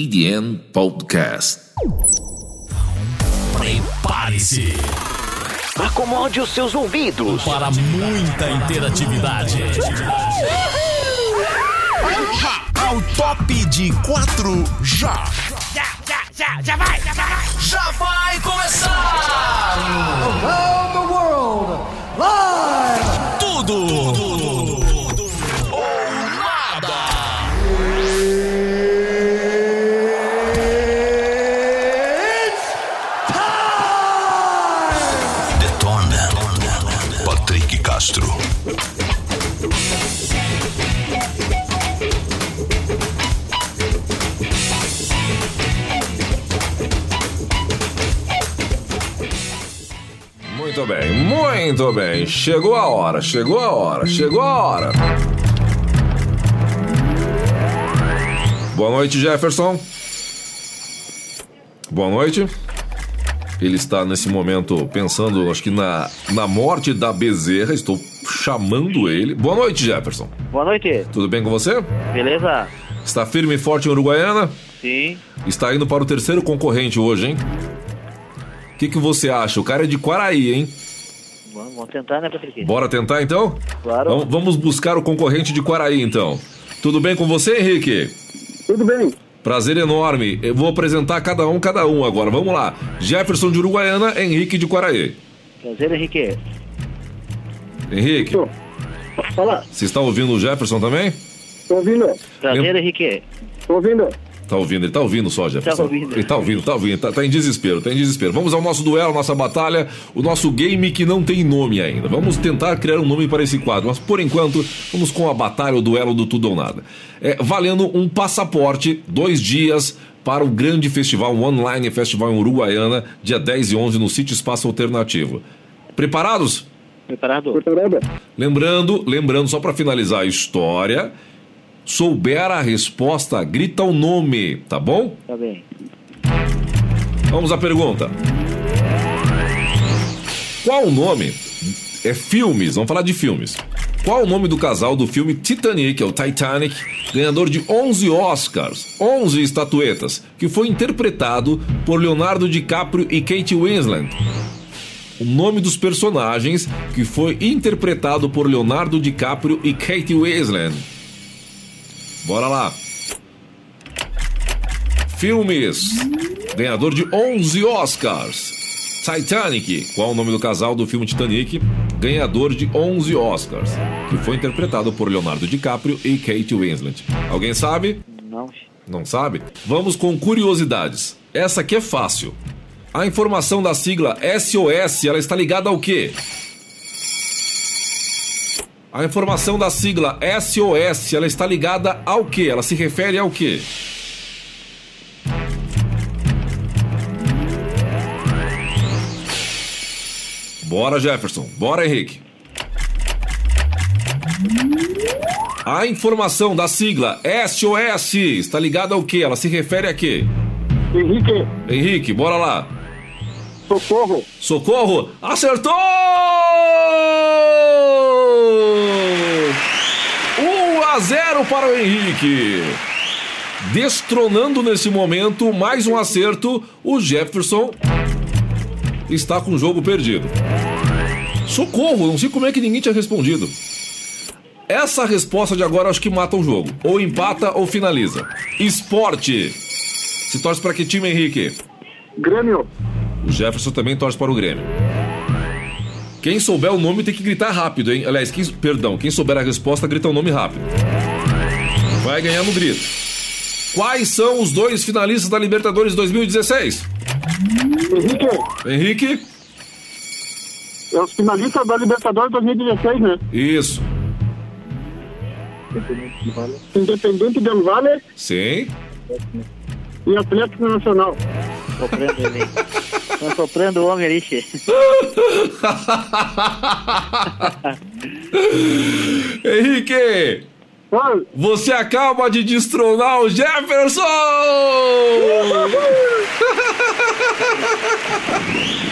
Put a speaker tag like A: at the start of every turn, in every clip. A: TDN Podcast.
B: Prepare-se
C: Acomode os seus ouvidos.
B: para muita interatividade. Ao top de quatro já. Já, já, já, já vai, já vai. Já vai começar. Around the world, live. Tudo. ou nada. Detona. Patrick Castro.
D: Muito bem, muito bem. Chegou a hora, chegou a hora, chegou a hora. Boa noite, Jefferson. Boa noite. Ele está nesse momento pensando, acho que na, na morte da Bezerra. Estou chamando ele. Boa noite, Jefferson.
C: Boa noite,
D: Tudo bem com você?
C: beleza?
D: Está firme e forte em Uruguaiana?
C: Sim.
D: Está indo para o terceiro concorrente hoje, hein? O que, que você acha? O cara é de Quaraí, hein?
C: Vamos, vamos tentar, né, Patrick?
D: Bora tentar então?
C: Claro.
D: Vam- Vamos buscar o concorrente de Quaraí então. Tudo bem com você, Henrique?
E: Tudo bem.
D: Prazer enorme. Eu vou apresentar cada um, cada um agora. Vamos lá. Jefferson de Uruguaiana, Henrique de Quaraí.
C: Prazer, Henrique.
D: Henrique,
E: Tô. Fala,
D: você está ouvindo o Jefferson também?
E: tô ouvindo,
C: Prazer, Henrique.
E: tô ouvindo.
D: Tá ouvindo, ele tá ouvindo só, Jefferson.
C: Tá ouvindo.
D: Ele tá ouvindo, tá ouvindo. Tá, tá em desespero, tá em desespero. Vamos ao nosso duelo, nossa batalha, o nosso game que não tem nome ainda. Vamos tentar criar um nome para esse quadro, mas por enquanto, vamos com a batalha, o duelo do tudo ou nada. É, valendo um passaporte, dois dias para o grande festival, o online festival em Uruguaiana, dia 10 e 11 no Sítio Espaço Alternativo. Preparados?
C: Preparado?
E: Portareba,
D: Lembrando, lembrando, só para finalizar a história, souber a resposta, grita o nome, tá bom?
C: Tá bem.
D: Vamos à pergunta. Qual o nome? É filmes, vamos falar de filmes. Qual o nome do casal do filme Titanic, é o Titanic, ganhador de 11 Oscars, 11 estatuetas, que foi interpretado por Leonardo DiCaprio e Kate Winslet? O nome dos personagens que foi interpretado por Leonardo DiCaprio e Kate Winslet. Bora lá. Filmes. Ganhador de 11 Oscars. Titanic. Qual o nome do casal do filme Titanic? Ganhador de 11 Oscars. Que foi interpretado por Leonardo DiCaprio e Kate Winslet. Alguém sabe?
C: Não.
D: Não sabe? Vamos com curiosidades. Essa aqui é fácil. A informação da sigla SOS, ela está ligada ao quê? A informação da sigla SOS, ela está ligada ao quê? Ela se refere ao quê? Bora, Jefferson. Bora, Henrique. A informação da sigla SOS está ligada ao quê? Ela se refere a quê?
E: Henrique,
D: Henrique, bora lá.
E: socorro,
D: Socorro! Acertou! 1 Um a 0 para o Henrique. Destronando nesse momento, mais um acerto, o Jefferson está com o jogo perdido. Socorro, não sei como é que ninguém tinha respondido. Essa resposta de agora acho que mata o jogo. Ou empata ou finaliza. Esporte. Se torce para que time, Henrique?
E: Grêmio,
D: O Jefferson também torce para o Grêmio. Quem souber o nome tem que gritar rápido, hein? Aliás, quem, perdão, quem souber a resposta grita o nome rápido. Vai ganhar no grito. Quais são os dois finalistas da Libertadores 2016?
E: Henrique,
D: Henrique?
E: é os finalistas da Libertadores 2016, né?
D: Isso.
E: Independente Del Valle
D: Sim.
E: e Atlético Nacional.
C: Soprando ele. Estão soprando o homem ali, che.
D: Henrique!
E: Ah,
D: Você acaba de destronar o Jefferson!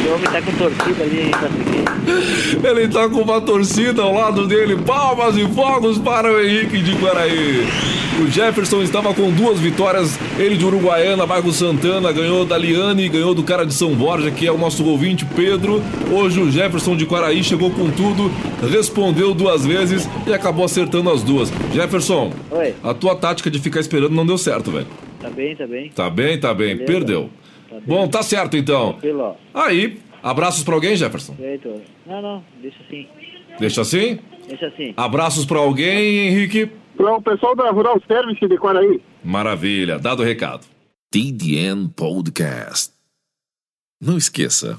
C: O homem tá com torcida ali, hein, Patrick.
D: Ele tá com uma torcida ao lado dele. Palmas e fogos para o Henrique de Guaraí. O Jefferson estava com duas vitórias, ele de Uruguaiana, Marco Santana, ganhou da Liane e ganhou do cara de São Borja, que é o nosso ouvinte Pedro. Hoje o Jefferson de Quaraí chegou com tudo, respondeu duas vezes e acabou acertando as duas. Jefferson,
C: Oi.
D: a tua tática de ficar esperando não deu certo, velho.
C: Tá bem, tá bem.
D: Tá bem, tá bem,
C: Beleza.
D: perdeu. Bom, tá certo então.
C: Tranquilo, ó.
D: Aí, abraços pra alguém, Jefferson?
C: Feito. Não, não, deixa assim.
D: Deixa assim.
C: Deixa assim.
D: Abraços pra alguém, Henrique.
E: Para o pessoal da Rural Service de Quaraí.
D: Maravilha, dado o recado.
A: TDN Podcast. Não esqueça,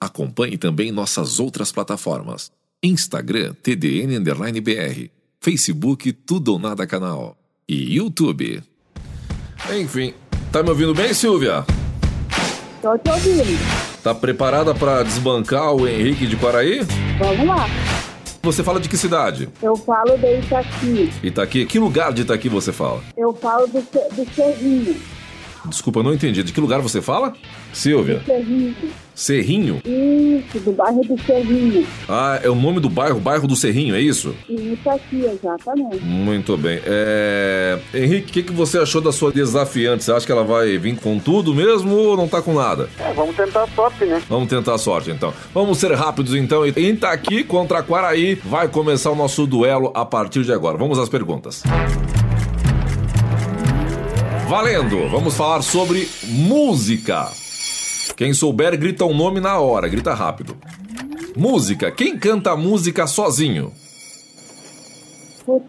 A: acompanhe também nossas outras plataformas: Instagram TDN Underline BR, Facebook Tudo ou Nada Canal e YouTube.
D: Enfim, tá me ouvindo bem, Silvia?
F: Tô te ouvindo.
D: Tá preparada pra desbancar o Henrique de Quaraí?
F: Vamos lá.
D: Você fala de que cidade?
F: Eu falo de Itaqui.
D: Itaqui? Que lugar de Itaqui você fala?
F: Eu falo do, Ce- do Cerrinho.
D: Desculpa, eu não entendi. De que lugar você fala? Silvia.
F: Cerrinho.
D: Serrinho?
F: Isso, do bairro do Cerrinho.
D: Ah, é o nome do bairro, bairro do Serrinho, é isso?
F: E Itaqui, exatamente.
D: Muito bem. É... Henrique, o que, que você achou da sua desafiante? Você acha que ela vai vir com tudo mesmo ou não tá com nada?
E: É, vamos tentar a top, né?
D: Vamos tentar a sorte então. Vamos ser rápidos então. Itaqui contra Quaraí vai começar o nosso duelo a partir de agora. Vamos às perguntas. Valendo! Vamos falar sobre música. Quem souber, grita o nome na hora, grita rápido. Música. Quem canta música sozinho?
F: Putz.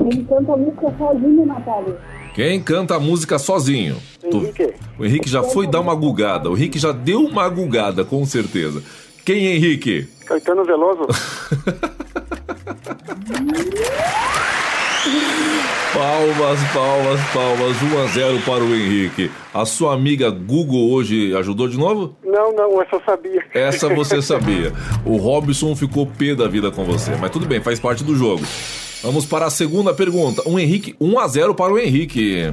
F: Ele canta música sozinho, Natália.
D: Quem canta música sozinho? Tu-
E: Henrique.
D: O Henrique já foi dar uma gugada. O Henrique já deu uma gugada, com certeza. Quem, Henrique?
E: Caetano Veloso.
D: Palmas, palmas, palmas. 1 a 0 para o Henrique. A sua amiga Google hoje ajudou de novo?
E: não, não, essa eu sabia.
D: Essa você sabia. O Robson ficou pé da vida com você, mas tudo bem, faz parte do jogo. Vamos para a segunda pergunta. Um Henrique, 1 a 0 para o Henrique.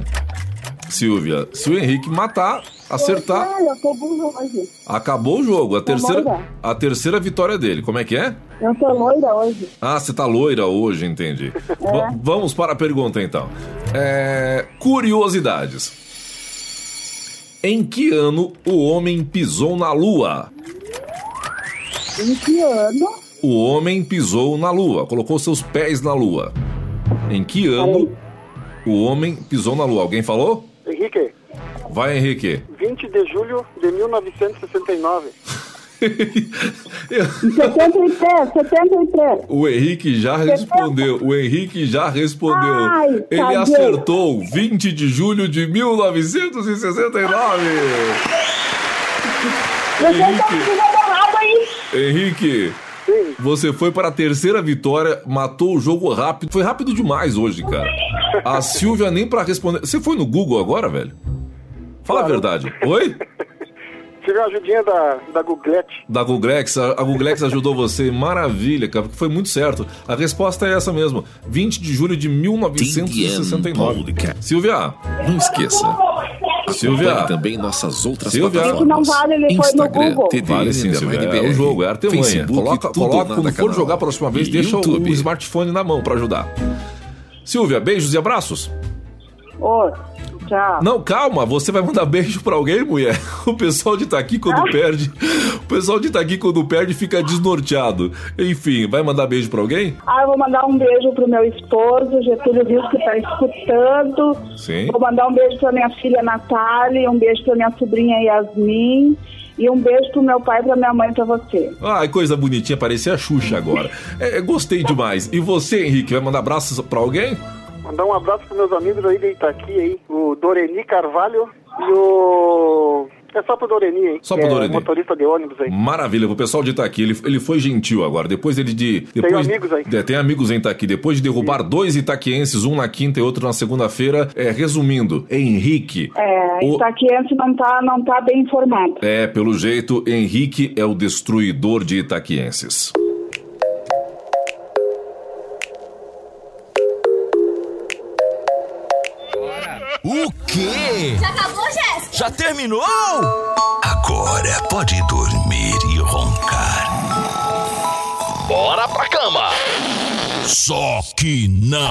D: Silvia, se o Henrique matar, acertar,
F: Ah, eu tô burro hoje.
D: acabou o jogo. A terceira,
F: Vambora.
D: a terceira vitória dele. Como é que é?
F: Eu tô loira hoje.
D: Ah, você tá loira hoje, entendi. Va- Vamos para a pergunta então. É, Curiosidades. Em que ano o homem pisou na lua?
F: Em que ano?
D: O homem pisou na lua, colocou seus pés na lua. Em que ano o homem pisou na lua? Alguém falou?
E: Henrique,
D: Vai, Henrique.
E: 20 de julho de 1969.
F: Em 73, 73.
D: O Henrique já respondeu. O Henrique já respondeu.
F: Ai,
D: Ele
F: caguei.
D: acertou 20 de julho de 1969.
F: Vocês estão me dando aí.
D: Henrique,
E: Sim,
D: você foi para a terceira vitória, matou o jogo rápido. Foi rápido demais hoje, cara. A Silvia nem para responder. Você foi no Google agora, velho? Fala a verdade. Oi?
E: tive uma ajudinha da, da Googlete.
D: Da Googlex, a a Googlex ajudou você. Maravilha, cara, foi muito certo. A resposta é essa mesmo. 20 de julho de 1969.
A: TDN.
D: Silvia,
A: Não esqueça,
D: Silvia,
A: acompanhe também nossas outras
D: Silvia.
A: plataformas.
F: Não vale, ele foi no
A: Instagram
F: Google.
A: TDN
D: vale sim, Silvia.
A: Underline
D: É
A: BR,
D: o jogo, é artimanha.
A: Facebook,
D: coloca,
A: tudo ou
D: coloca
A: nada
D: quando for
A: canal.
D: jogar a próxima vez,
A: E
D: deixa o um
A: YouTube.
D: smartphone na mão pra ajudar. Silvia, beijos e abraços.
F: Ô, tchau.
D: Não, calma, você vai mandar beijo pra alguém, mulher. O pessoal de Itaqui quando perde, o pessoal de Itaqui quando perde fica desnorteado. Enfim, vai mandar beijo pra alguém?
F: Ah, eu vou mandar um beijo pro meu esposo, Getúlio Rios, que tá escutando.
D: Sim.
F: Vou mandar um beijo pra minha filha Natália, um beijo pra minha sobrinha Yasmin, e um beijo pro meu pai, pra minha mãe e pra você.
D: Ai, coisa bonitinha, parecia a Xuxa agora. É, gostei demais. E você, Henrique, vai mandar abraços pra alguém?
E: Mandar um abraço pros meus amigos aí de Itaqui, aí. O Doreni Carvalho e o... É só pro Doreni, hein?
D: Só pro
E: É,
D: Doreni.
E: motorista de ônibus aí.
D: Maravilha, o pessoal de Itaqui, ele, ele foi gentil agora. Depois ele de. Depois,
E: amigos aí.
D: É, tem amigos em Itaqui. Depois de derrubar dois itaquienses, um na quinta e outro na segunda-feira. É, resumindo, Henrique.
F: É,
D: o-
F: Itaquiense não tá, não tá bem informado.
D: É, pelo jeito, Henrique é o destruidor de itaquienses.
B: O quê?
G: Já acabou, Jéssica?
B: Já terminou? Agora pode dormir e roncar. Bora pra cama! Só que não.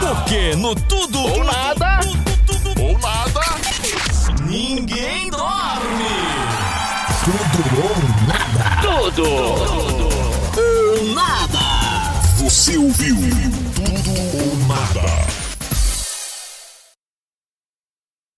B: Porque no tudo ou nada, ou nada, ninguém dorme. Tudo ou nada.
C: Tudo!
B: Ou nada. Você ouviu?